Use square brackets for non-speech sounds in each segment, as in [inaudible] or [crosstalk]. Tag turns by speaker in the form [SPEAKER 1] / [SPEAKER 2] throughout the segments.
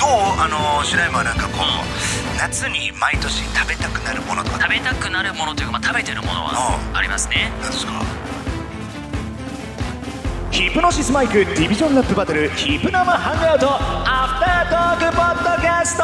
[SPEAKER 1] あの白山はなんかこう、夏に毎年食べたくなるものとか
[SPEAKER 2] 食べたくなるものというか、まあ、食べてるものはありますね
[SPEAKER 1] なんですか
[SPEAKER 3] ヒプノシスマイクディビジョンラップバトルヒプ生ハンガウトアフタートークポッドキャスト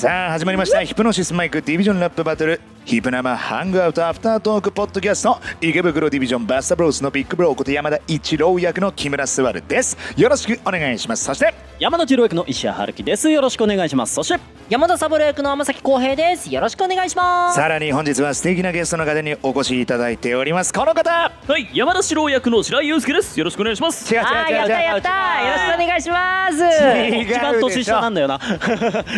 [SPEAKER 3] さあ始まりましたヒプノシスマイクディビジョンラップバトルヒプ生ハングアウトアフタートークポッドキャスト池袋ディビジョンバスタブロースのビッグブローこと山田一郎役の木村昴ですよろしくお願いしますそして
[SPEAKER 4] 山田治郎役の石谷春樹ですよろしくお願いしますそして
[SPEAKER 5] 山田三郎役の天崎浩平ですよろしくお願いします
[SPEAKER 3] さらに本日は素敵なゲストの方にお越しいただいておりますこの方
[SPEAKER 2] はい山田四郎役の白井祐介ですよろしくお願いします
[SPEAKER 3] 違う違う
[SPEAKER 5] あー
[SPEAKER 3] 違う
[SPEAKER 5] やった
[SPEAKER 3] 違う
[SPEAKER 5] やったよろしくお願いします
[SPEAKER 3] 違うでしょ
[SPEAKER 4] 一番年下なんだよ [laughs] な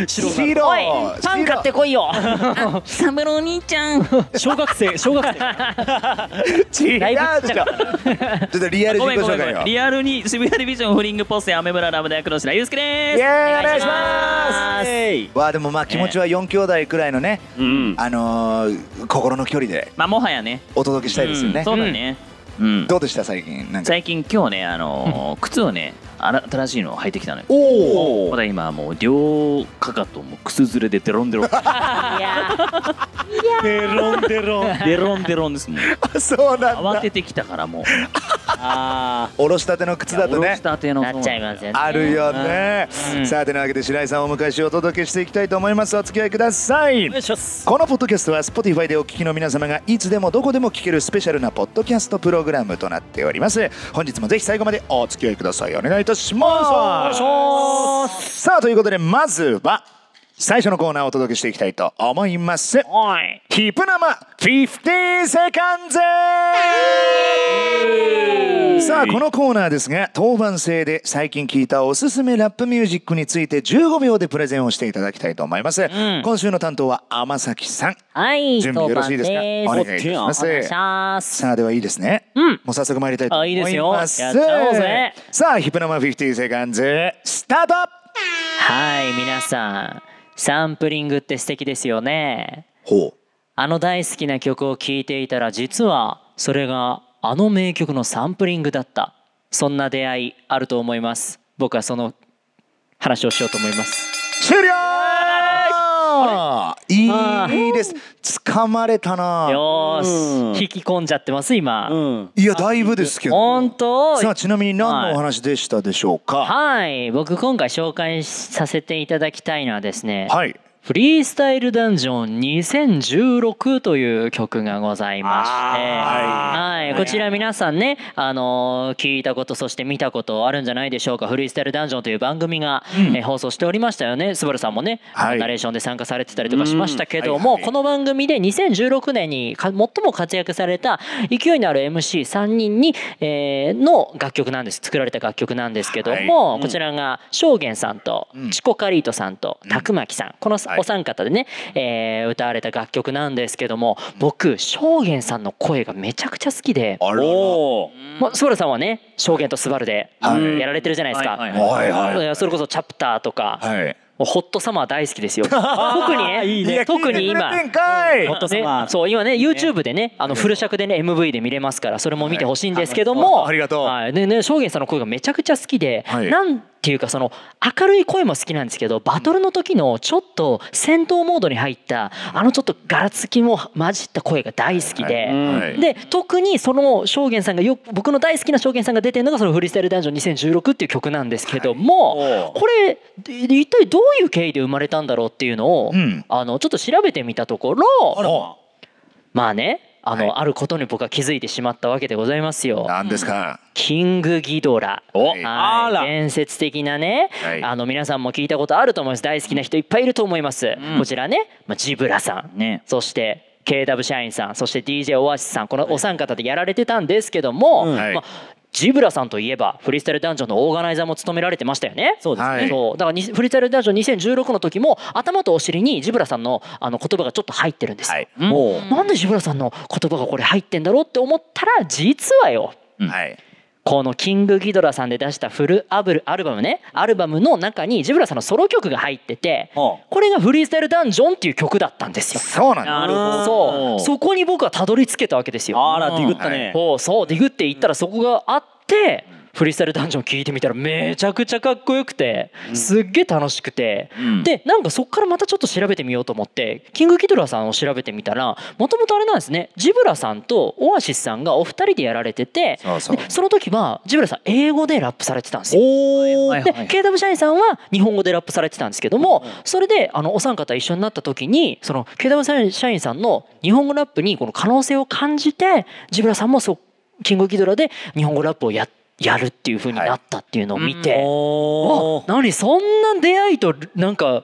[SPEAKER 4] 白が
[SPEAKER 3] 白
[SPEAKER 5] おいパン買ってこいよあ三郎兄ちゃん
[SPEAKER 4] 小学生小学生
[SPEAKER 3] [laughs] 違う
[SPEAKER 5] だいぶちっちゃ
[SPEAKER 3] ちょっとリアル
[SPEAKER 2] ごめ
[SPEAKER 3] 自
[SPEAKER 2] ん
[SPEAKER 3] 己
[SPEAKER 2] ご
[SPEAKER 3] 紹介
[SPEAKER 2] めんごめん
[SPEAKER 3] をイ
[SPEAKER 2] リアルに渋谷ディビジョンフリングポステアメ村ラムダ役の白井祐介
[SPEAKER 3] エーイ
[SPEAKER 2] で
[SPEAKER 3] お
[SPEAKER 2] す
[SPEAKER 3] 願いしま
[SPEAKER 4] えい
[SPEAKER 3] すわあでもまあ気持ちは4兄弟くらいのね、
[SPEAKER 4] うん
[SPEAKER 3] あのー心の距離で
[SPEAKER 2] まあもはやね
[SPEAKER 3] お届けしたいですよね、
[SPEAKER 2] うんそうだねうん
[SPEAKER 3] どうでした最近なんか
[SPEAKER 2] 最近今日ねあのー靴をねあら新しいのを履いてきたのよ
[SPEAKER 3] お
[SPEAKER 2] まだ今もう両かかとも靴ずれでデロン
[SPEAKER 3] [laughs]
[SPEAKER 2] デロン
[SPEAKER 5] いや
[SPEAKER 4] デロンデロン
[SPEAKER 2] [laughs] デロンデロンですもう
[SPEAKER 3] おそうなん
[SPEAKER 2] 慌
[SPEAKER 3] だ
[SPEAKER 2] ててきたからも [laughs] う
[SPEAKER 4] あ
[SPEAKER 3] おろしたての靴だと
[SPEAKER 2] おろ
[SPEAKER 3] ね
[SPEAKER 2] したての
[SPEAKER 5] なっちゃいますよね
[SPEAKER 3] あるよね、
[SPEAKER 2] うん
[SPEAKER 3] さあてなわけで白井さんをお迎えしお届けしていきたいと思いますお付き合いください
[SPEAKER 4] ーお願いします
[SPEAKER 3] このポッドキャストは Spotify でお聞きの皆様がいつでもどこでも聞けるスペシャルなポッドキャストプログラムとなっております本日もぜひ最後までお付き合いくださいお願いいたしますさあということでまずは最初のコーナーをお届けしていきたいと思います
[SPEAKER 2] はい
[SPEAKER 3] ヒプナマ50セカンズさあこのコーナーですが当番制で最近聞いたおすすめラップミュージックについて15秒でプレゼンをしていただきたいと思います、今週の担当は天崎さん
[SPEAKER 5] はい
[SPEAKER 3] 準備よろしいですか
[SPEAKER 5] 当
[SPEAKER 3] お
[SPEAKER 5] 番
[SPEAKER 3] 願いします
[SPEAKER 5] お願いします
[SPEAKER 3] さあではいいですね、もう早速参りたいと思います
[SPEAKER 5] あいいですよやっちゃおうぜ
[SPEAKER 3] さあヒプナマ50セカンズスタート
[SPEAKER 5] はい皆さんサンプリングって素敵ですよね
[SPEAKER 3] ほう
[SPEAKER 5] あの大好きな曲を聴いていたら実はそれがあの名曲のサンプリングだったそんな出会いあると思います僕はその話をしようと思います
[SPEAKER 3] 終了いいいいです掴まれたな
[SPEAKER 5] よ
[SPEAKER 4] うん
[SPEAKER 5] ーし引き込んじゃってます今、
[SPEAKER 4] うん
[SPEAKER 3] いやだいぶですけど
[SPEAKER 5] 本当
[SPEAKER 3] さあちなみに何のお話でしたでしょうか
[SPEAKER 5] はい僕今回紹介させていただきたいのはですね、
[SPEAKER 3] はい
[SPEAKER 5] フリースタイルダンジョン2016という曲がございまして、はい、こちら皆さんね、あのー聞いたことそして見たことあるんじゃないでしょうか。フリースタイルダンジョンという番組が、えー放送しておりましたよね。スバルさんもね、あの
[SPEAKER 3] はい
[SPEAKER 5] ナレーションで参加されてたりとかしましたけど
[SPEAKER 3] うんは
[SPEAKER 5] も、
[SPEAKER 3] いはい
[SPEAKER 5] この番組で2016年にか最も活躍された勢いのある MC3 人に、えーの楽曲なんです。作られた楽曲なんですけども、こちらが証言さんと、
[SPEAKER 3] うん
[SPEAKER 5] チコカリートさんと、たくまきさん、この
[SPEAKER 3] はい
[SPEAKER 5] お三方でね、えー歌われた楽曲なんですけども、僕、証言さんの声がめちゃくちゃ好きで、
[SPEAKER 3] あらら
[SPEAKER 4] おお
[SPEAKER 5] まあ、スバルさんはね証言とスバルでや
[SPEAKER 3] はい
[SPEAKER 5] られてるじゃないですか、
[SPEAKER 4] はい
[SPEAKER 3] はいはい
[SPEAKER 5] いやそれこそチャプターとか、
[SPEAKER 3] はい
[SPEAKER 5] もうホットサマー大好
[SPEAKER 3] [laughs]
[SPEAKER 5] きですよ特にね
[SPEAKER 4] いいね
[SPEAKER 3] いや
[SPEAKER 5] 特に今
[SPEAKER 3] 聞いてくれてんかい
[SPEAKER 4] ホットサマー
[SPEAKER 5] ねそう今ね YouTube でねあのフル尺でね MV で見れますからそれも見てほしいんですけども、
[SPEAKER 3] あありがとう
[SPEAKER 5] はい、でね証言さんの声がめちゃくちゃ好きで、
[SPEAKER 3] はい
[SPEAKER 5] なんていうかその明るい声も好きなんですけどバトルの時のちょっと戦闘モードに入ったあのちょっとガラつきも混じった声が大好きで、
[SPEAKER 3] はい
[SPEAKER 5] で特にその証言さんがよ僕の大好きな証言さんが出てるのがその「フリースタイルダンジョン2016」っていう曲なんですけども、
[SPEAKER 4] はいおう
[SPEAKER 5] これで一体どういう経緯で生まれたんだろうっていうのを、
[SPEAKER 3] うん
[SPEAKER 5] あのちょっと調べてみたところまあねあの、
[SPEAKER 3] は
[SPEAKER 5] あることに僕は気づいてしまったわけでございますよ。
[SPEAKER 3] 何ですか
[SPEAKER 5] キングギドラ。
[SPEAKER 3] お
[SPEAKER 5] はい
[SPEAKER 4] あら
[SPEAKER 5] 伝説的なね、
[SPEAKER 3] はい
[SPEAKER 5] あの皆さんも聞いたことあると思います。大好きな人いっぱいいると思います。こちらね、まあ、ジブラさん、
[SPEAKER 2] ね
[SPEAKER 5] そして KW 社員さん、そして DJ オアシスさん、このお三方でやられてたんですけども、
[SPEAKER 3] はい
[SPEAKER 5] まあジブラさんといえばフリースタイルダンジョンのオーガナイザーも務められてましたよね。
[SPEAKER 4] そうです
[SPEAKER 3] はい
[SPEAKER 5] そうだからにフリースタイルダンジョン2016の時も頭とお尻にジブラさんのあの言葉がちょっと入ってるんですよ。
[SPEAKER 3] はい
[SPEAKER 4] ねおう
[SPEAKER 5] なんでジブラさんの言葉がこれ入ってんだろうって思ったら実はよ
[SPEAKER 3] はい
[SPEAKER 5] このキングギドラさんで出したフルアブルアルバムねアルバムの中にジブラさんのソロ曲が入ってて
[SPEAKER 4] は
[SPEAKER 5] これが「フリースタイルダンジョン」っていう曲だったんですよ。
[SPEAKER 3] そうなんだ
[SPEAKER 4] なるほど
[SPEAKER 5] そうそこに僕はたどり着けたわけですよ。
[SPEAKER 4] あらディグったね
[SPEAKER 5] そうそうディグって言ったらそこがあってフリースタイルダンジョン聞いてみたらめちゃくちゃかっこよくてすっげえ楽しくて、
[SPEAKER 2] うん
[SPEAKER 5] でなんかそっからまたちょっと調べてみようと思ってキングギドラさんを調べてみたらもともとあれなんですねジブラさんとオアシスさんがお二人でやられてて
[SPEAKER 3] そうそう
[SPEAKER 5] [laughs] でその時はジブラさん英語でラップされてたんですよ。
[SPEAKER 4] お
[SPEAKER 2] はい
[SPEAKER 5] で
[SPEAKER 2] はい
[SPEAKER 5] KW 社員さんは日本語でラップされてたんですけどもそれであのお三方一緒になった時にその KW 社員さんの日本語ラップにこの可能性を感じてジブラさんもそうキングギドラで日本語ラップをややるっていう風になったっていうのを見て、
[SPEAKER 4] お
[SPEAKER 5] あ何そんな出会いとなんか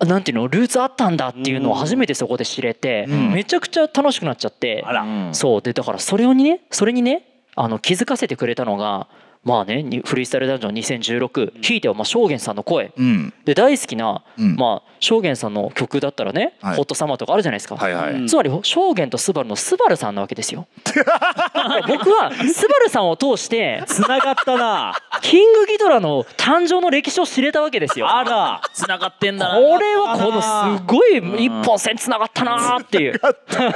[SPEAKER 5] なんていうのルーツあったんだっていうのを初めてそこで知れて、
[SPEAKER 3] うん
[SPEAKER 5] めちゃくちゃ楽しくなっちゃって、
[SPEAKER 4] あら
[SPEAKER 2] うん
[SPEAKER 5] そうでだからそれをにねそれにねあの気づかせてくれたのがまあねにフリースタイルダンジョン2016ひいてはまあ証言さんの声
[SPEAKER 3] うん
[SPEAKER 5] で大好きな、
[SPEAKER 3] うん
[SPEAKER 5] まあ、証言さんの曲だったらね「
[SPEAKER 3] はい
[SPEAKER 5] ホットサマー」とかあるじゃないですか、
[SPEAKER 3] はいは
[SPEAKER 4] うん
[SPEAKER 3] い
[SPEAKER 5] つまり証言とスバルのスバルさんなわけですよ僕はスバルさんを通して
[SPEAKER 4] つながったな
[SPEAKER 5] キングギドラの誕生の歴史を知れたわけですよ。
[SPEAKER 4] あら
[SPEAKER 2] つながってんだな
[SPEAKER 5] これはこのすごい一本線つながったなーっていう。
[SPEAKER 3] つな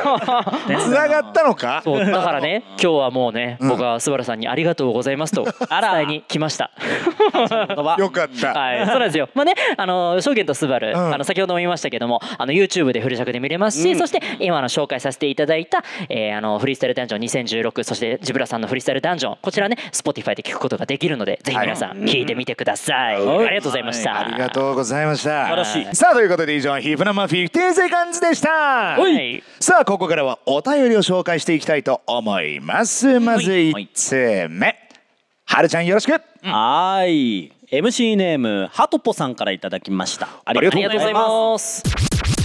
[SPEAKER 3] がったのか
[SPEAKER 5] そうだからね今日はもうね、
[SPEAKER 3] うん
[SPEAKER 5] 僕はスバルさんにありがとうございますと伝えに来ました。
[SPEAKER 4] 言葉
[SPEAKER 3] よかった
[SPEAKER 5] [laughs] はい、そうなんですよ。まあね、あの証言とスバル、
[SPEAKER 3] ん
[SPEAKER 5] あの先ほども言いましたけども、あの YouTube でフル尺で見れますし、そして今の紹介させていただいた、えーあのフリースタイルダンジョン2016、そしてジブラさんのフリースタイルダンジョン、こちらね、Spotify で聞くことができるので、ぜひ皆さん聞いてみてください。ありがとうございました。
[SPEAKER 3] ありがとうございました
[SPEAKER 4] 晴らしい
[SPEAKER 3] さあということで以上ヒープナマフィフティーセカンズでした
[SPEAKER 5] はいはい
[SPEAKER 3] さあここからはお便りを紹介していきたいと思いますまず1つ目はるちゃんよろしく
[SPEAKER 4] はーい MC ネームはとぽさんからいただきましたありがとう
[SPEAKER 5] ありがとうご
[SPEAKER 4] ござ
[SPEAKER 5] ざ
[SPEAKER 4] い
[SPEAKER 5] い
[SPEAKER 4] ま
[SPEAKER 5] ます。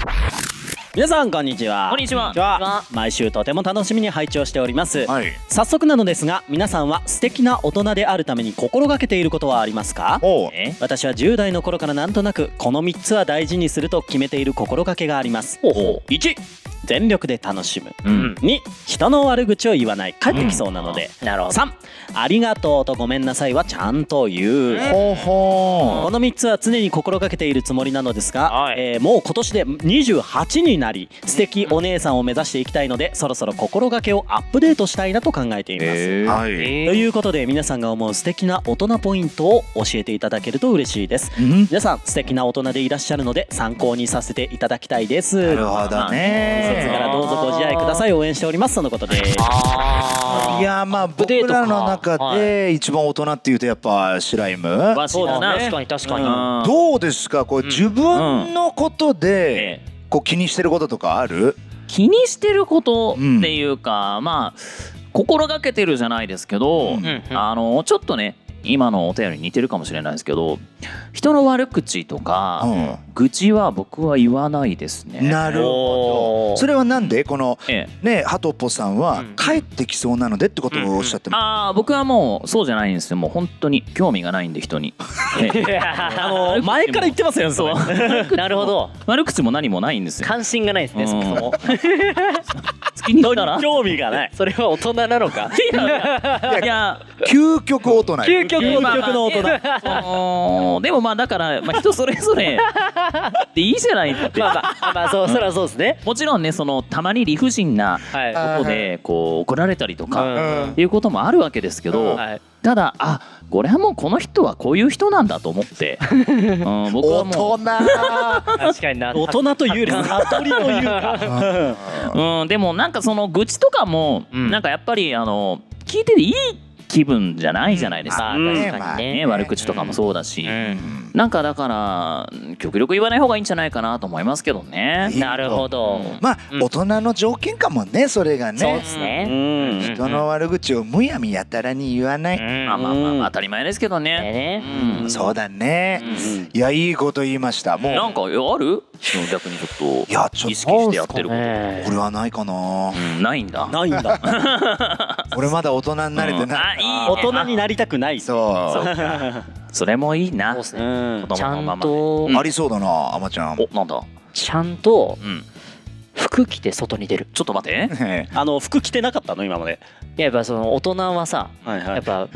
[SPEAKER 4] す皆さんこんにちは
[SPEAKER 5] こんにちは
[SPEAKER 4] 毎週とても楽しみに拝聴しております、
[SPEAKER 3] はい
[SPEAKER 4] 早速なのですが皆さんは素敵な大人であるために心がけていることはありますか
[SPEAKER 3] おう
[SPEAKER 2] え
[SPEAKER 4] 私は10代の頃からなんとなくこの3つは大事にすると決めている心がけがあります1全力で楽しむ
[SPEAKER 2] うん
[SPEAKER 4] 2人の悪口を言わない帰ってきそうなので、
[SPEAKER 5] なるほど。
[SPEAKER 4] 3ありがとうとごめんなさいはちゃんと言う、
[SPEAKER 3] ほうほ
[SPEAKER 4] この3つは常に心がけているつもりなのですが、
[SPEAKER 5] はい
[SPEAKER 4] えーもう今年で28になり素敵お姉さんを目指していきたいのでそろそろ心がけをアップデートしたいなと考えています、
[SPEAKER 3] う
[SPEAKER 2] えー
[SPEAKER 3] はい
[SPEAKER 4] ということで皆さんが思う素敵な大人ポイントを教えていただけると嬉しいです
[SPEAKER 3] うん
[SPEAKER 4] 皆さん素敵な大人でいらっしゃるので参考にさせていただきたいです
[SPEAKER 3] な
[SPEAKER 4] だ
[SPEAKER 3] るほどね
[SPEAKER 4] からどうぞご自愛ください応援しておりますとのことです
[SPEAKER 5] あ
[SPEAKER 3] いやまあ僕らの中で一番大人っていうとやっぱシライム
[SPEAKER 5] あ、そうだな。
[SPEAKER 4] そうだね
[SPEAKER 5] 確かに確かに。
[SPEAKER 2] うん
[SPEAKER 3] どうですかこれ自分のことで
[SPEAKER 2] え
[SPEAKER 3] こう気にしてることとかある
[SPEAKER 2] 気にしてることっていうか、まあ心がけてるじゃないですけど、
[SPEAKER 3] うん
[SPEAKER 5] うん
[SPEAKER 2] あのちょっとね今のお便りに似てるかもしれないですけど人の悪口とか、
[SPEAKER 3] う
[SPEAKER 2] 愚痴は僕は言わないですね。
[SPEAKER 3] んなるほどそれはなんでこの
[SPEAKER 2] ええ
[SPEAKER 3] ねハトポさんは
[SPEAKER 5] うん
[SPEAKER 3] 帰ってきそうなのでってことをおっしゃってま
[SPEAKER 2] ああ僕はもうそうじゃないんですよもう本当に興味がないんで人に、ええ
[SPEAKER 4] [laughs] あの前から言ってますよねそれ
[SPEAKER 5] [laughs] なるほど。
[SPEAKER 2] 悪口も何もないんですよ
[SPEAKER 5] 関心がないです
[SPEAKER 2] う
[SPEAKER 5] ね。
[SPEAKER 2] ん
[SPEAKER 5] そもそも。
[SPEAKER 2] 好きにした [laughs] ら
[SPEAKER 4] 興味がない
[SPEAKER 5] それは大人なのか。
[SPEAKER 2] いや
[SPEAKER 3] す究極大人
[SPEAKER 5] 究極
[SPEAKER 4] 究極の大人
[SPEAKER 2] そのでもまあだから、まあ、人それぞれでいいじゃないっ
[SPEAKER 5] [laughs]
[SPEAKER 2] て
[SPEAKER 5] まあまあまあそうそれはそうですね。
[SPEAKER 2] もちろんねそのたまに理不尽な
[SPEAKER 5] はい。
[SPEAKER 3] あ
[SPEAKER 2] ことでこう怒られたりと
[SPEAKER 5] う
[SPEAKER 2] か、
[SPEAKER 5] ん
[SPEAKER 2] っていうこともあるわけですけど、
[SPEAKER 5] はい
[SPEAKER 2] ただあこれはもうこの人はこういう人なんだと思って、うん、僕は
[SPEAKER 3] 大
[SPEAKER 2] も
[SPEAKER 3] 人
[SPEAKER 5] 確かにな。
[SPEAKER 4] 大人というよ
[SPEAKER 3] [laughs]
[SPEAKER 4] り悟りというか
[SPEAKER 2] う、うん、でもなんかその愚痴とかも、
[SPEAKER 5] うん
[SPEAKER 2] なんかやっぱりあの聞いてていい気分じゃないじゃないですか、
[SPEAKER 5] まあ
[SPEAKER 4] うん
[SPEAKER 5] 確かにね。
[SPEAKER 2] ね、悪口とかもそうだし、
[SPEAKER 5] うん
[SPEAKER 2] なんかだから極力言わない方がいいんじゃないかなと思いますけどね。
[SPEAKER 5] なるほど。
[SPEAKER 3] まあ大人の条件かもねそれが
[SPEAKER 5] そう
[SPEAKER 3] ね
[SPEAKER 5] です
[SPEAKER 4] う
[SPEAKER 5] ね。
[SPEAKER 4] ん
[SPEAKER 3] 人の悪口をむやみやたらに言わな
[SPEAKER 5] う
[SPEAKER 3] い
[SPEAKER 5] ん
[SPEAKER 2] まあまあまあまあ当たり前ですけどね。
[SPEAKER 5] ね
[SPEAKER 2] うん
[SPEAKER 3] そうだね
[SPEAKER 2] うん
[SPEAKER 3] いやいいこと言いましたもう
[SPEAKER 2] なんかえある逆にちょっ
[SPEAKER 3] いやち
[SPEAKER 2] と
[SPEAKER 3] ょ
[SPEAKER 2] 意識
[SPEAKER 3] っ
[SPEAKER 2] してやってること、
[SPEAKER 5] ね
[SPEAKER 3] 俺はないか
[SPEAKER 2] [laughs]
[SPEAKER 3] な
[SPEAKER 2] うんないんだ。
[SPEAKER 4] ないんだ
[SPEAKER 3] 俺まだ大人になれてない
[SPEAKER 2] うんあいい
[SPEAKER 4] 大人になりたくない
[SPEAKER 3] そう
[SPEAKER 4] [laughs]
[SPEAKER 2] それもいいな。
[SPEAKER 5] そうですね。
[SPEAKER 4] ん
[SPEAKER 2] 子
[SPEAKER 5] ちゃ
[SPEAKER 2] 供のま
[SPEAKER 5] ん
[SPEAKER 2] まで
[SPEAKER 5] と
[SPEAKER 2] うん
[SPEAKER 3] ありそうだなあまちゃん
[SPEAKER 2] おなんだ。
[SPEAKER 5] ちゃんと
[SPEAKER 2] うん。
[SPEAKER 5] 服着て外に出る。
[SPEAKER 2] ちょっと待って。
[SPEAKER 3] ね
[SPEAKER 4] あの服着てなかったの今まで
[SPEAKER 5] いややっぱその大人はさ、
[SPEAKER 4] はいは
[SPEAKER 5] やっぱ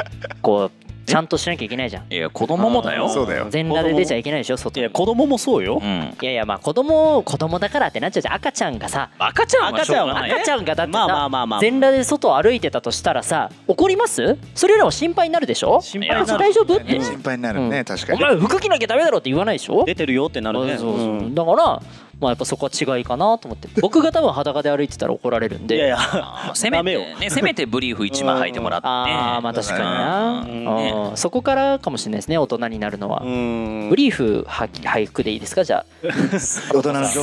[SPEAKER 5] こうちゃんとしなきゃいけないじゃん
[SPEAKER 2] いや子供もだよ
[SPEAKER 3] あーそうだよ
[SPEAKER 5] 全裸で出ちゃいけないでしょ外
[SPEAKER 4] い
[SPEAKER 5] に
[SPEAKER 4] や子供もそうよ
[SPEAKER 2] うん
[SPEAKER 5] いやいやまあ子供子供だからってなっちゃうじゃん赤ちゃんがさ
[SPEAKER 2] 赤ちゃんは
[SPEAKER 4] 赤
[SPEAKER 2] しょ
[SPEAKER 4] ちゃ
[SPEAKER 2] うんが
[SPEAKER 4] は
[SPEAKER 2] ない
[SPEAKER 4] ね
[SPEAKER 5] 赤ちゃんがだってさ
[SPEAKER 4] まあまあまあまあ
[SPEAKER 5] 全裸で外を歩いてたとしたらさ怒りますそれらは心配になるでしょ
[SPEAKER 4] 心
[SPEAKER 2] 配になる
[SPEAKER 5] いや大丈夫って、
[SPEAKER 3] [laughs] 心配になるね、確か
[SPEAKER 5] お
[SPEAKER 3] に。
[SPEAKER 5] 前服着なきゃダメだろって言わないでしょ
[SPEAKER 4] 出てるよってなるね
[SPEAKER 5] そうそうそう
[SPEAKER 4] うん
[SPEAKER 5] だからまあやっぱそこは違いかなと思って僕が多分裸で歩いてたら怒られるんで
[SPEAKER 4] いやいや
[SPEAKER 2] あーせ
[SPEAKER 4] ダ
[SPEAKER 2] め
[SPEAKER 4] メよ
[SPEAKER 2] てねせめてブリーフ一枚履いてもらって
[SPEAKER 5] ああまあ確かにな、
[SPEAKER 4] うん
[SPEAKER 5] うんそこからかもしれないですね大人になるのは、
[SPEAKER 4] うん
[SPEAKER 5] ブリーフはき俳句でいいですかじゃあ
[SPEAKER 3] 大人の条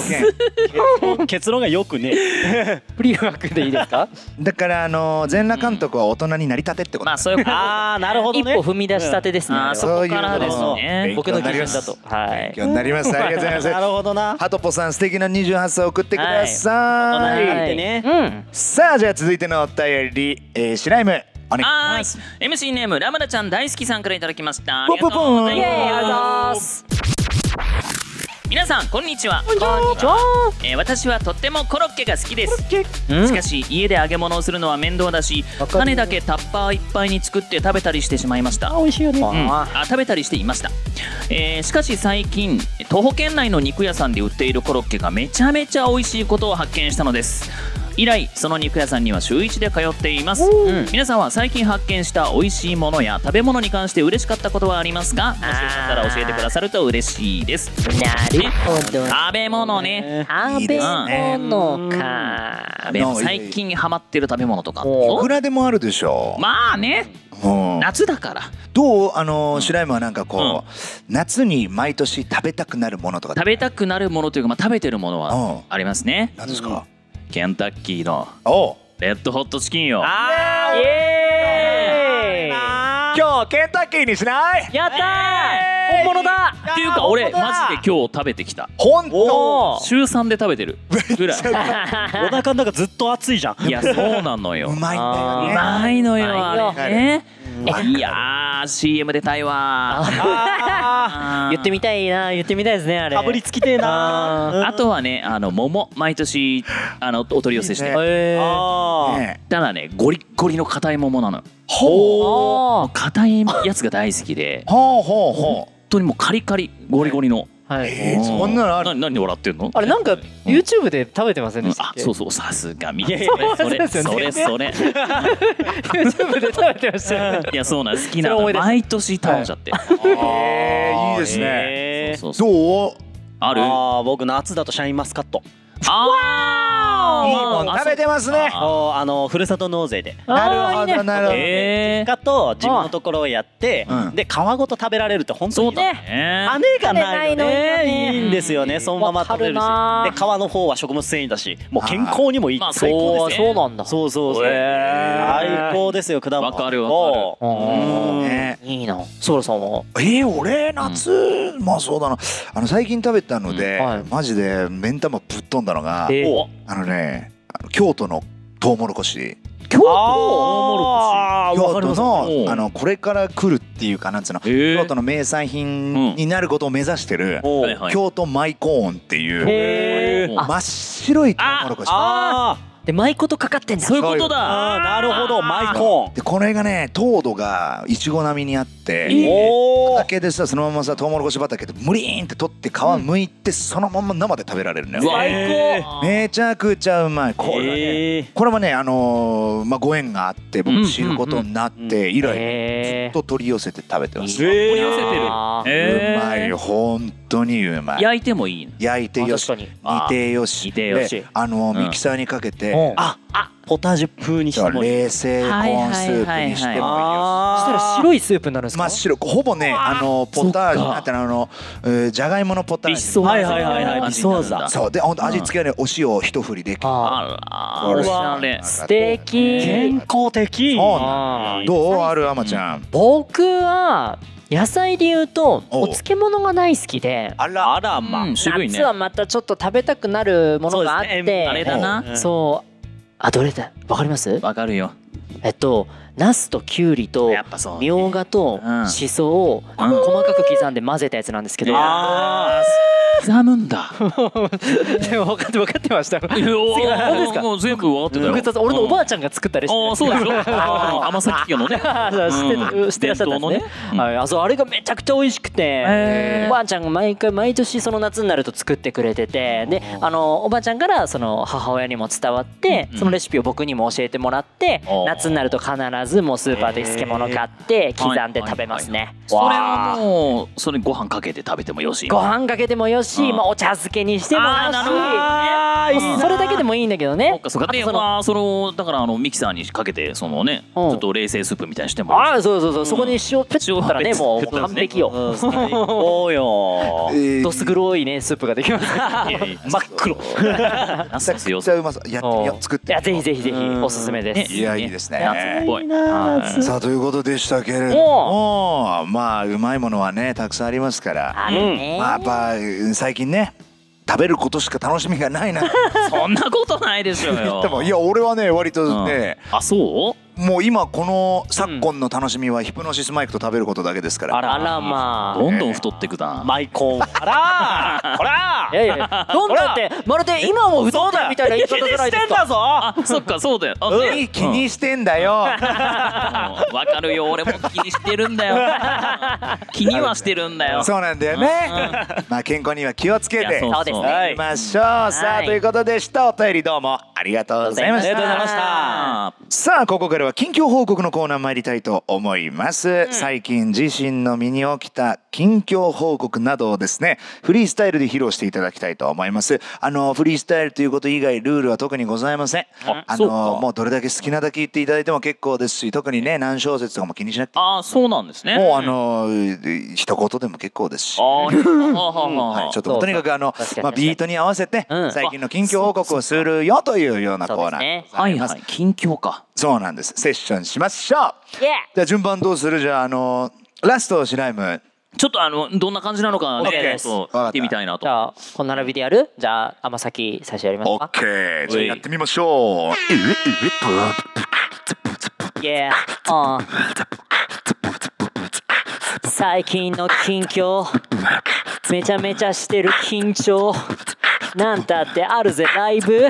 [SPEAKER 3] 件。
[SPEAKER 4] 結論がよくね
[SPEAKER 5] [laughs] ブリーフ俳句でいいですか
[SPEAKER 3] だからあの全裸監督は大人になりたてってこと
[SPEAKER 2] まあ。そういうこと [laughs]
[SPEAKER 4] ああなるほど
[SPEAKER 5] 一
[SPEAKER 4] ね
[SPEAKER 5] 歩踏み出したてですね、あ
[SPEAKER 2] あー
[SPEAKER 5] れ
[SPEAKER 2] そ
[SPEAKER 5] は
[SPEAKER 2] こからです
[SPEAKER 5] そう
[SPEAKER 2] ね
[SPEAKER 5] 僕の基
[SPEAKER 3] 勉強になり
[SPEAKER 5] 準
[SPEAKER 3] ます
[SPEAKER 5] だとはい
[SPEAKER 3] 勉強になります。 [laughs] ありがとうござい
[SPEAKER 4] な
[SPEAKER 3] ま
[SPEAKER 4] るほどな
[SPEAKER 3] す。ハトポさん素敵な28歳送ってください。
[SPEAKER 4] はいってね
[SPEAKER 5] うん
[SPEAKER 3] さあじゃあ続いてのお便り、えー、シライムお願い
[SPEAKER 2] はーい MC ネームラムダちゃん大好きさんからいただきましたあ
[SPEAKER 3] ポ
[SPEAKER 2] り
[SPEAKER 3] ンポ
[SPEAKER 2] が
[SPEAKER 3] ン
[SPEAKER 2] と
[SPEAKER 3] ポ
[SPEAKER 2] うご
[SPEAKER 3] ン
[SPEAKER 2] ざい
[SPEAKER 5] イエーイありがとうござい
[SPEAKER 2] ま
[SPEAKER 5] ます
[SPEAKER 2] す皆さんこんにちは
[SPEAKER 5] こんにちは
[SPEAKER 2] えー私はとってもコロッケが好きですしかし家で揚げ物をするのは面倒だし
[SPEAKER 5] かる
[SPEAKER 2] 種だけタッパーいっぱいに作って食べたりしてしまいました
[SPEAKER 5] 美味しいよね
[SPEAKER 2] うんあ食べたりしていました、えーしかし最近徒歩圏内の肉屋さんで売っているコロッケがめちゃめちゃ美味しいことを発見したのです以来その肉屋さんには週1で通っています、うん皆さんは最近発見した美味しいものや食べ物に関して嬉しかったことはありますかもしよかったら教えてくださると嬉しいです
[SPEAKER 5] なるほど
[SPEAKER 2] 食べ物ね
[SPEAKER 5] 食べ物か
[SPEAKER 2] 食べ物最近ハマってる食べ物とか
[SPEAKER 3] いくらでもあるでしょう、
[SPEAKER 2] まあね
[SPEAKER 3] うん
[SPEAKER 2] 夏だから
[SPEAKER 3] どうあのーシライムはなんかこう、夏に毎年食べたくなるものとか
[SPEAKER 2] 食べたくなるものというか、まあ、食べてるもの
[SPEAKER 3] う
[SPEAKER 2] は
[SPEAKER 3] ん
[SPEAKER 2] ありますね
[SPEAKER 3] なんですか、
[SPEAKER 2] ケンタッキーの
[SPEAKER 3] おう
[SPEAKER 2] レッドホットチキンよ
[SPEAKER 4] あ
[SPEAKER 5] イエ
[SPEAKER 4] あ
[SPEAKER 3] 今日ケンタッキーにしない
[SPEAKER 5] ーイやったー、本物だ
[SPEAKER 2] っていうか俺マジで今日食べてきた
[SPEAKER 3] 本当
[SPEAKER 5] おー
[SPEAKER 2] 週3で食べてる
[SPEAKER 3] [laughs]
[SPEAKER 2] ぐらい
[SPEAKER 4] お
[SPEAKER 5] [laughs]
[SPEAKER 4] 腹の中ずっと熱いじゃん
[SPEAKER 2] いやそうなのよ
[SPEAKER 3] うまいん
[SPEAKER 2] う
[SPEAKER 3] だよね
[SPEAKER 2] まいのよ
[SPEAKER 5] う
[SPEAKER 2] あ
[SPEAKER 3] まいよ
[SPEAKER 2] れねいやー CM 出たいわ
[SPEAKER 5] [laughs]
[SPEAKER 4] あ
[SPEAKER 2] あー
[SPEAKER 5] 言ってみたいな言ってみたいですねあれ
[SPEAKER 4] ーかぶりつきてえな
[SPEAKER 2] あとはねあの桃毎年あのお取り寄せして
[SPEAKER 3] いいね
[SPEAKER 5] えー、
[SPEAKER 4] あー
[SPEAKER 3] ね
[SPEAKER 2] ただねゴリッゴリの硬い桃なの
[SPEAKER 3] ほう
[SPEAKER 5] おー
[SPEAKER 2] 硬いやつが大好きで
[SPEAKER 3] ほうほうほう
[SPEAKER 2] 本当にもうカリカリゴリゴリの
[SPEAKER 6] はい。
[SPEAKER 3] えー、そんなのある
[SPEAKER 2] な何で笑ってんの
[SPEAKER 6] あれなんか YouTube で食べてません
[SPEAKER 2] う
[SPEAKER 6] で
[SPEAKER 2] ん
[SPEAKER 6] したっ
[SPEAKER 2] あ
[SPEAKER 6] け？
[SPEAKER 2] そうそうさすがみ
[SPEAKER 4] いやいや
[SPEAKER 6] そう
[SPEAKER 2] それ
[SPEAKER 6] です
[SPEAKER 2] そ
[SPEAKER 6] よ
[SPEAKER 2] れ
[SPEAKER 6] ね
[SPEAKER 2] それ
[SPEAKER 6] YouTube で食べてましたよね。
[SPEAKER 2] いやそうなん好き
[SPEAKER 6] そ
[SPEAKER 2] な
[SPEAKER 6] れ
[SPEAKER 2] の
[SPEAKER 6] 思い出した
[SPEAKER 2] 毎年頼んじゃって
[SPEAKER 3] えー、いいですね、
[SPEAKER 4] えー
[SPEAKER 2] そうそう
[SPEAKER 3] どう
[SPEAKER 2] あるあ
[SPEAKER 4] あー僕夏だとシャインマスカット
[SPEAKER 2] あ
[SPEAKER 3] いい
[SPEAKER 2] ー
[SPEAKER 3] もん食べてますね
[SPEAKER 2] あ
[SPEAKER 4] あーあのふるさと納税で
[SPEAKER 3] なるほどなるほど、
[SPEAKER 2] えー
[SPEAKER 4] かと自分のところをやって
[SPEAKER 3] うん
[SPEAKER 4] で皮ごと食べられるって本当
[SPEAKER 2] そ
[SPEAKER 4] に
[SPEAKER 2] うだね
[SPEAKER 4] 種がない
[SPEAKER 5] 種ない
[SPEAKER 4] よ
[SPEAKER 5] のよ
[SPEAKER 4] ね
[SPEAKER 5] ね
[SPEAKER 4] いいんですよねそのまま食べれるし
[SPEAKER 5] わかるな
[SPEAKER 4] で皮の方は食物繊維だしもう健康にもいい
[SPEAKER 2] まあ
[SPEAKER 4] 最高です
[SPEAKER 2] そう
[SPEAKER 5] そうなんだ
[SPEAKER 4] そうそうそう最高ですよ果物
[SPEAKER 2] わかるわかる
[SPEAKER 4] おーうん
[SPEAKER 3] ね
[SPEAKER 5] いいなソラさんは
[SPEAKER 3] えー、俺夏、まあそうだなあの最近食べたので、
[SPEAKER 6] うんはい
[SPEAKER 3] マジで目ん玉ぶっ飛んだのが、
[SPEAKER 5] えー
[SPEAKER 2] お
[SPEAKER 3] あのねあの京都のトウモロコシ
[SPEAKER 5] 京都
[SPEAKER 4] あーわ
[SPEAKER 3] 京
[SPEAKER 4] かり
[SPEAKER 3] 都
[SPEAKER 4] ます
[SPEAKER 2] う
[SPEAKER 3] の
[SPEAKER 2] ん
[SPEAKER 3] あのこれから来るっていうかなんつうの、
[SPEAKER 2] え
[SPEAKER 3] 京都の名産
[SPEAKER 2] うん
[SPEAKER 3] 品になることを目指してる、
[SPEAKER 4] お
[SPEAKER 2] はいはい
[SPEAKER 3] 京都マイコーンっていう
[SPEAKER 5] へ
[SPEAKER 2] ー
[SPEAKER 5] ーあ
[SPEAKER 3] 真っ白いトウモロコシ
[SPEAKER 4] あー
[SPEAKER 5] で舞ことかかってんだ
[SPEAKER 2] そういうこと
[SPEAKER 4] あ
[SPEAKER 2] だ
[SPEAKER 4] ーなるほどマイコーン
[SPEAKER 3] でこれがね糖度がいちご並みにあって、
[SPEAKER 4] おー
[SPEAKER 3] 畑でさそのままさトウモロコシ畑で無理ーンって取って皮むいて、そのまま生で食べられるのよ
[SPEAKER 2] うわ
[SPEAKER 4] え
[SPEAKER 3] めちゃくちゃうまいこれはね、
[SPEAKER 4] え
[SPEAKER 3] これもね、あのーまあ、ご縁があって
[SPEAKER 2] うん
[SPEAKER 3] 僕知ることになって以来ず
[SPEAKER 5] へ
[SPEAKER 3] っと取り寄せて食べてます、
[SPEAKER 4] ー
[SPEAKER 2] 取り寄せてる
[SPEAKER 5] あー
[SPEAKER 2] え
[SPEAKER 3] う
[SPEAKER 2] ー
[SPEAKER 3] まいよ本当にうまい
[SPEAKER 2] 焼いてもいいの
[SPEAKER 3] 焼いてよ
[SPEAKER 5] 確
[SPEAKER 3] し
[SPEAKER 5] かに
[SPEAKER 3] 煮てよし
[SPEAKER 2] 煮てよし
[SPEAKER 3] であのー
[SPEAKER 2] うん
[SPEAKER 3] ミキサーにかけて、
[SPEAKER 6] うん
[SPEAKER 4] ああポタージュ風にしても
[SPEAKER 3] 冷製コーンスープにしてもいいよ、
[SPEAKER 4] あー
[SPEAKER 6] そしたら白いスープになるんです
[SPEAKER 3] 真
[SPEAKER 6] か
[SPEAKER 3] っ？白ほぼねあのーポタージ
[SPEAKER 2] そっ
[SPEAKER 3] ュ
[SPEAKER 2] か
[SPEAKER 3] なんていうのあのえーじゃがいものポター
[SPEAKER 2] ビ
[SPEAKER 3] ジ
[SPEAKER 2] シ
[SPEAKER 3] ュ
[SPEAKER 2] ソワーズ
[SPEAKER 4] はいはいはいはい
[SPEAKER 2] みたな感じになるんだ
[SPEAKER 4] ビ
[SPEAKER 3] そうで本当味付けはねお塩一振りで
[SPEAKER 6] あ
[SPEAKER 3] こ
[SPEAKER 2] あらお
[SPEAKER 3] れ
[SPEAKER 2] しゃれ
[SPEAKER 5] 素敵
[SPEAKER 4] 健康的
[SPEAKER 3] そう
[SPEAKER 5] あー
[SPEAKER 3] どうあるあまちゃん、
[SPEAKER 5] 僕は野菜で言うと
[SPEAKER 3] おう
[SPEAKER 5] お漬物が大好きで
[SPEAKER 4] あらあらまあ
[SPEAKER 2] うん渋いね
[SPEAKER 5] 夏はまたちょっと食べたくなるものがあっ
[SPEAKER 4] そうですね
[SPEAKER 5] て
[SPEAKER 2] あれだな
[SPEAKER 5] そうあどれだわかります
[SPEAKER 2] わかるよ
[SPEAKER 5] えっとナスときゅうりと
[SPEAKER 2] やっぱそうね
[SPEAKER 5] みょうがと
[SPEAKER 2] うん
[SPEAKER 5] しそを
[SPEAKER 2] うん
[SPEAKER 5] 細かく刻んで混ぜたやつなんですけど、
[SPEAKER 2] あー刻むんだ。
[SPEAKER 6] でも分かって分かってましたよ。
[SPEAKER 2] いや
[SPEAKER 6] 本当ですか
[SPEAKER 2] もう全部分かってたよ。
[SPEAKER 6] 複雑俺のおば
[SPEAKER 2] あ
[SPEAKER 6] あちゃんが作ったレシピ
[SPEAKER 2] あ
[SPEAKER 6] な
[SPEAKER 2] ー
[SPEAKER 6] んです
[SPEAKER 2] そう
[SPEAKER 6] よ。
[SPEAKER 2] で
[SPEAKER 5] [laughs]
[SPEAKER 2] しょ。あー甘崎家のね。
[SPEAKER 5] あー [laughs] そう知って
[SPEAKER 2] うん
[SPEAKER 5] 知ってらっしゃったんですね
[SPEAKER 2] 伝統のねうん
[SPEAKER 5] はい、あそうあれがめちゃくちゃ美味しく
[SPEAKER 2] へ
[SPEAKER 5] て
[SPEAKER 2] ー
[SPEAKER 5] おばあちゃんが毎回毎年その夏になると作ってくれててであのおばあちゃんからその母親にも伝わって、
[SPEAKER 2] うんうん
[SPEAKER 5] そのレシピを僕にも教えてもらって
[SPEAKER 2] おー
[SPEAKER 5] 夏になると必ずもうスーパーで漬物買って刻んで食べますね。
[SPEAKER 2] それはもうそれにご飯かけて食べてもよし。
[SPEAKER 5] ご飯かけてもよし、
[SPEAKER 2] うん
[SPEAKER 5] まあ、お茶漬けにしても
[SPEAKER 2] あーなるほど
[SPEAKER 5] よし、
[SPEAKER 2] いいな
[SPEAKER 5] それだけでもいいんだけどね
[SPEAKER 2] そっ。かそうか。で
[SPEAKER 5] あとその
[SPEAKER 2] まあそのだからあのミキサーにかけてそのねち
[SPEAKER 5] うん
[SPEAKER 2] ょっと冷製スープみたいにしても。
[SPEAKER 5] ああそうそうそう、そこに塩ペッて
[SPEAKER 2] 塩
[SPEAKER 5] やったらね
[SPEAKER 2] ペッ
[SPEAKER 5] もう
[SPEAKER 2] ペッとね
[SPEAKER 5] 完璧よ。
[SPEAKER 4] うん最高よ
[SPEAKER 3] えー
[SPEAKER 6] どす黒いねスープができます。
[SPEAKER 2] いやいや真っ黒。ナス
[SPEAKER 3] め
[SPEAKER 2] で
[SPEAKER 3] ち
[SPEAKER 2] すよ
[SPEAKER 3] ゃくち。ゃうまそうやってみよ
[SPEAKER 6] お
[SPEAKER 3] う作っ
[SPEAKER 5] い
[SPEAKER 3] て
[SPEAKER 5] やぜひぜひぜひ
[SPEAKER 4] うん
[SPEAKER 5] おすすめです。
[SPEAKER 3] いやいいですね
[SPEAKER 2] 夏っぽい。はい
[SPEAKER 3] さあということでしたけれどもまあうまいものはねたくさんありますから、
[SPEAKER 5] あるね。
[SPEAKER 3] まあ、やっぱうん最近ね食べることしか楽しみがないなって
[SPEAKER 2] そんなことないでしょう
[SPEAKER 3] 言
[SPEAKER 2] よ。
[SPEAKER 3] ってもいや俺はね割とね、
[SPEAKER 2] あそう？
[SPEAKER 3] もう今この昨今の楽しみはヒプノシスマイクと食べることだけですから、
[SPEAKER 5] あらまあ。
[SPEAKER 2] どんどん太ってくだ。
[SPEAKER 4] [laughs] マイコン
[SPEAKER 2] あらほら
[SPEAKER 5] いやいや、どんどんってまるで今も太ってるみたいな言い方じゃないですか。
[SPEAKER 2] あそっかそうだよ。あ
[SPEAKER 3] うん
[SPEAKER 2] ね
[SPEAKER 3] 気にしてんだよ、
[SPEAKER 2] うんわかるよ俺も気にしてる
[SPEAKER 5] [laughs]
[SPEAKER 2] んだよ。気にはしてるんだよ。
[SPEAKER 3] そうなんだよね、まあ健康には気をつけ
[SPEAKER 2] いや
[SPEAKER 3] て
[SPEAKER 2] そう
[SPEAKER 5] そうですね
[SPEAKER 3] いきましょう、さあ
[SPEAKER 5] はい
[SPEAKER 3] ということでしたお便りどうもありがとうございました
[SPEAKER 4] ありがとうございました
[SPEAKER 2] あ
[SPEAKER 3] さあここからは近況報告のコーナー参りたいと思います、最近自身の身に起きた近況報告などをですねフリースタイルで披露していただきたいと思いますあのフリースタイルということ以外ルールは特にございませんあ
[SPEAKER 2] そう
[SPEAKER 3] の
[SPEAKER 2] か
[SPEAKER 3] もうどれだけ好きなだけ言っていただいても結構ですし特にね何小節とかも気にしなくて
[SPEAKER 2] あーそうなんですね。
[SPEAKER 3] もうあの一言でも結構ですし
[SPEAKER 2] あーははは
[SPEAKER 3] はい、
[SPEAKER 2] は
[SPEAKER 3] ちょっととにかくあの
[SPEAKER 5] 確かに
[SPEAKER 3] まあ、ビートに合わせて
[SPEAKER 5] うん
[SPEAKER 3] 最近の近況報告をするよというようなコーナー
[SPEAKER 5] そうで
[SPEAKER 3] です
[SPEAKER 5] ね
[SPEAKER 3] ござ
[SPEAKER 2] はい
[SPEAKER 3] いま
[SPEAKER 2] は
[SPEAKER 3] す
[SPEAKER 2] い近況か。
[SPEAKER 3] そうなんですセッションしましょう
[SPEAKER 5] イエ
[SPEAKER 3] じゃあ順番どうするじゃああのラストシライム
[SPEAKER 2] ちょっとあのどんな感じなのかね
[SPEAKER 5] OK です
[SPEAKER 2] ちょっと見てみたいな
[SPEAKER 5] じ
[SPEAKER 2] と。
[SPEAKER 5] ゃあこの並びでやる？じゃあ甘先最初やります
[SPEAKER 3] オ
[SPEAKER 5] か
[SPEAKER 3] ッ。ケーじゃあ
[SPEAKER 2] うい
[SPEAKER 3] やってみましょう
[SPEAKER 5] イエー。うん最近の近況めちゃめちゃしてる緊張なんだってあるぜライブ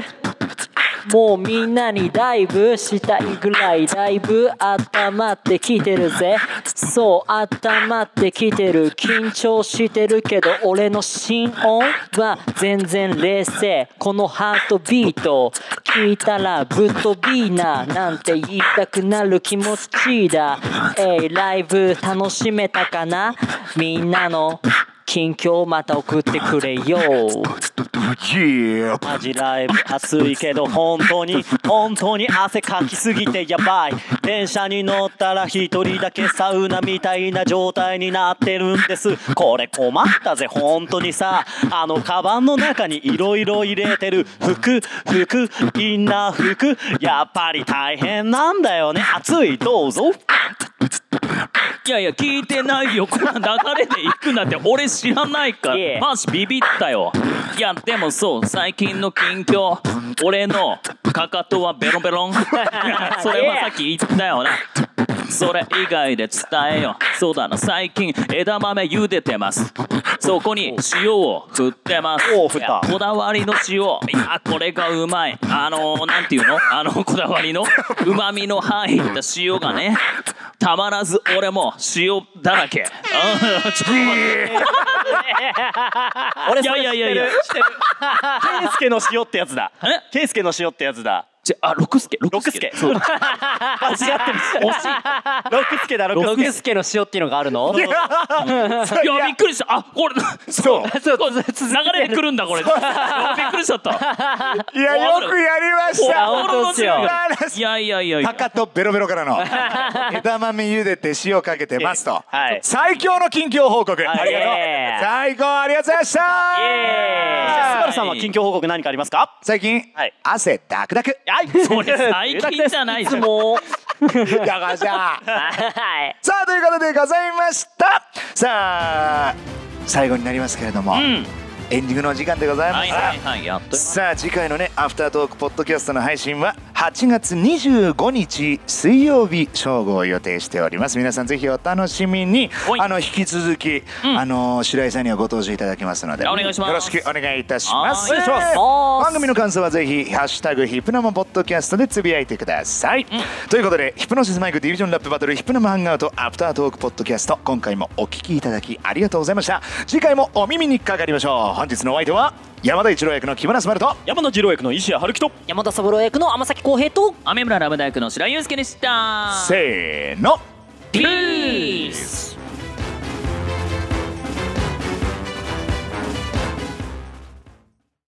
[SPEAKER 5] もうみんなにダイブしたいぐらいだいぶ温まってきてるぜそう温まってきてる緊張してるけど俺の心音は全然冷静このハートビート聞いたらぶっ飛びななんて言いたくなる気持ちだえいライブ楽しめたかなみんなの近況また送ってくれ
[SPEAKER 6] [laughs]
[SPEAKER 5] よ
[SPEAKER 4] マジライブ暑いけど本当に本当に汗かきすぎてやばい電車に乗ったら一人だけサウナみたいな状態になってるんですこれ困ったぜ本当にさあのカバンの中にいろいろ入れてる服服インナー服やっぱり大変なんだよね暑いどうぞ
[SPEAKER 2] いやいや聞いてないよこんな流れで行くなんて俺知らないか
[SPEAKER 5] いえ
[SPEAKER 2] らマジビビったよいやでもそう最近の近況俺のかかとはベロベロ [laughs] ンそれはさっき言ったよなそれ以外で伝えようそうだな最近枝豆茹でてますそこに塩を振ってます
[SPEAKER 4] おう振った
[SPEAKER 2] いやこだわりの塩いやこれがうまいあのー、なんていうのあのこだわりのうまみの入った塩がねたまらず俺も塩だらけあーちょっと待って
[SPEAKER 4] 俺
[SPEAKER 2] いやいやいやいや
[SPEAKER 4] ケイスケの塩ってやつだ
[SPEAKER 2] え
[SPEAKER 4] ケイスケの塩ってやつだ
[SPEAKER 2] じゃあ六助
[SPEAKER 4] 六
[SPEAKER 2] 六
[SPEAKER 4] 助
[SPEAKER 2] そう
[SPEAKER 4] 間違ってる
[SPEAKER 2] 惜しい
[SPEAKER 4] 六助だ六助
[SPEAKER 6] 六助の塩っていうのがあるの？
[SPEAKER 2] いやびっくりしたあこれそうこれ流れで来るんだこ [laughs] れびっくりしちゃった
[SPEAKER 3] いやよくやりました
[SPEAKER 2] 心の強
[SPEAKER 3] 素
[SPEAKER 2] い
[SPEAKER 3] 晴らしい
[SPEAKER 2] いやいやいやいや
[SPEAKER 3] かかとベロベロからの枝豆茹でて塩かけてますと、
[SPEAKER 4] はい
[SPEAKER 3] 最強の近況報告、ありがとう
[SPEAKER 5] イエーイ
[SPEAKER 3] 最高ありがとうございました
[SPEAKER 4] スバルさんは近況報告何かありますか
[SPEAKER 3] 最近、
[SPEAKER 4] はい
[SPEAKER 3] 汗ダクダク
[SPEAKER 4] はい
[SPEAKER 2] それ最近じゃないじゃ
[SPEAKER 6] [laughs]
[SPEAKER 2] ん
[SPEAKER 5] もう
[SPEAKER 3] やが [laughs] じゃあ
[SPEAKER 5] はい
[SPEAKER 3] さあということでございましたさあ最後になりますけれども、
[SPEAKER 2] うん
[SPEAKER 3] エンディングのお時間でございます、
[SPEAKER 2] はいはいはいやっと
[SPEAKER 3] さあ次回のねアフタートークポッドキャストの配信は8 8月25日水曜日正午を予定しております皆さんぜひお楽しみに
[SPEAKER 2] おい
[SPEAKER 3] あの引き続き、あの白井さんにはご登場いただきますので
[SPEAKER 2] お願いします
[SPEAKER 3] よろしくお願いいたします
[SPEAKER 2] はいお願いします
[SPEAKER 3] 番組の感想はぜひ「ハッシュタグヒプナマポッドキャスト」でつぶやいてください、ということでヒプノシスマイクディビジョンラップバトルヒプナマハンガウトアフタートークポッドキャスト今回もお聞きいただきありがとうございました次回もお耳にかかりましょう本日のお相手は山田一郎役の木村昴と
[SPEAKER 4] 山野次郎役の石谷春樹と
[SPEAKER 5] 山田三郎役の天崎浩平と
[SPEAKER 2] 雨村ラブ大工の白井祐介でした
[SPEAKER 3] せーの
[SPEAKER 2] ピー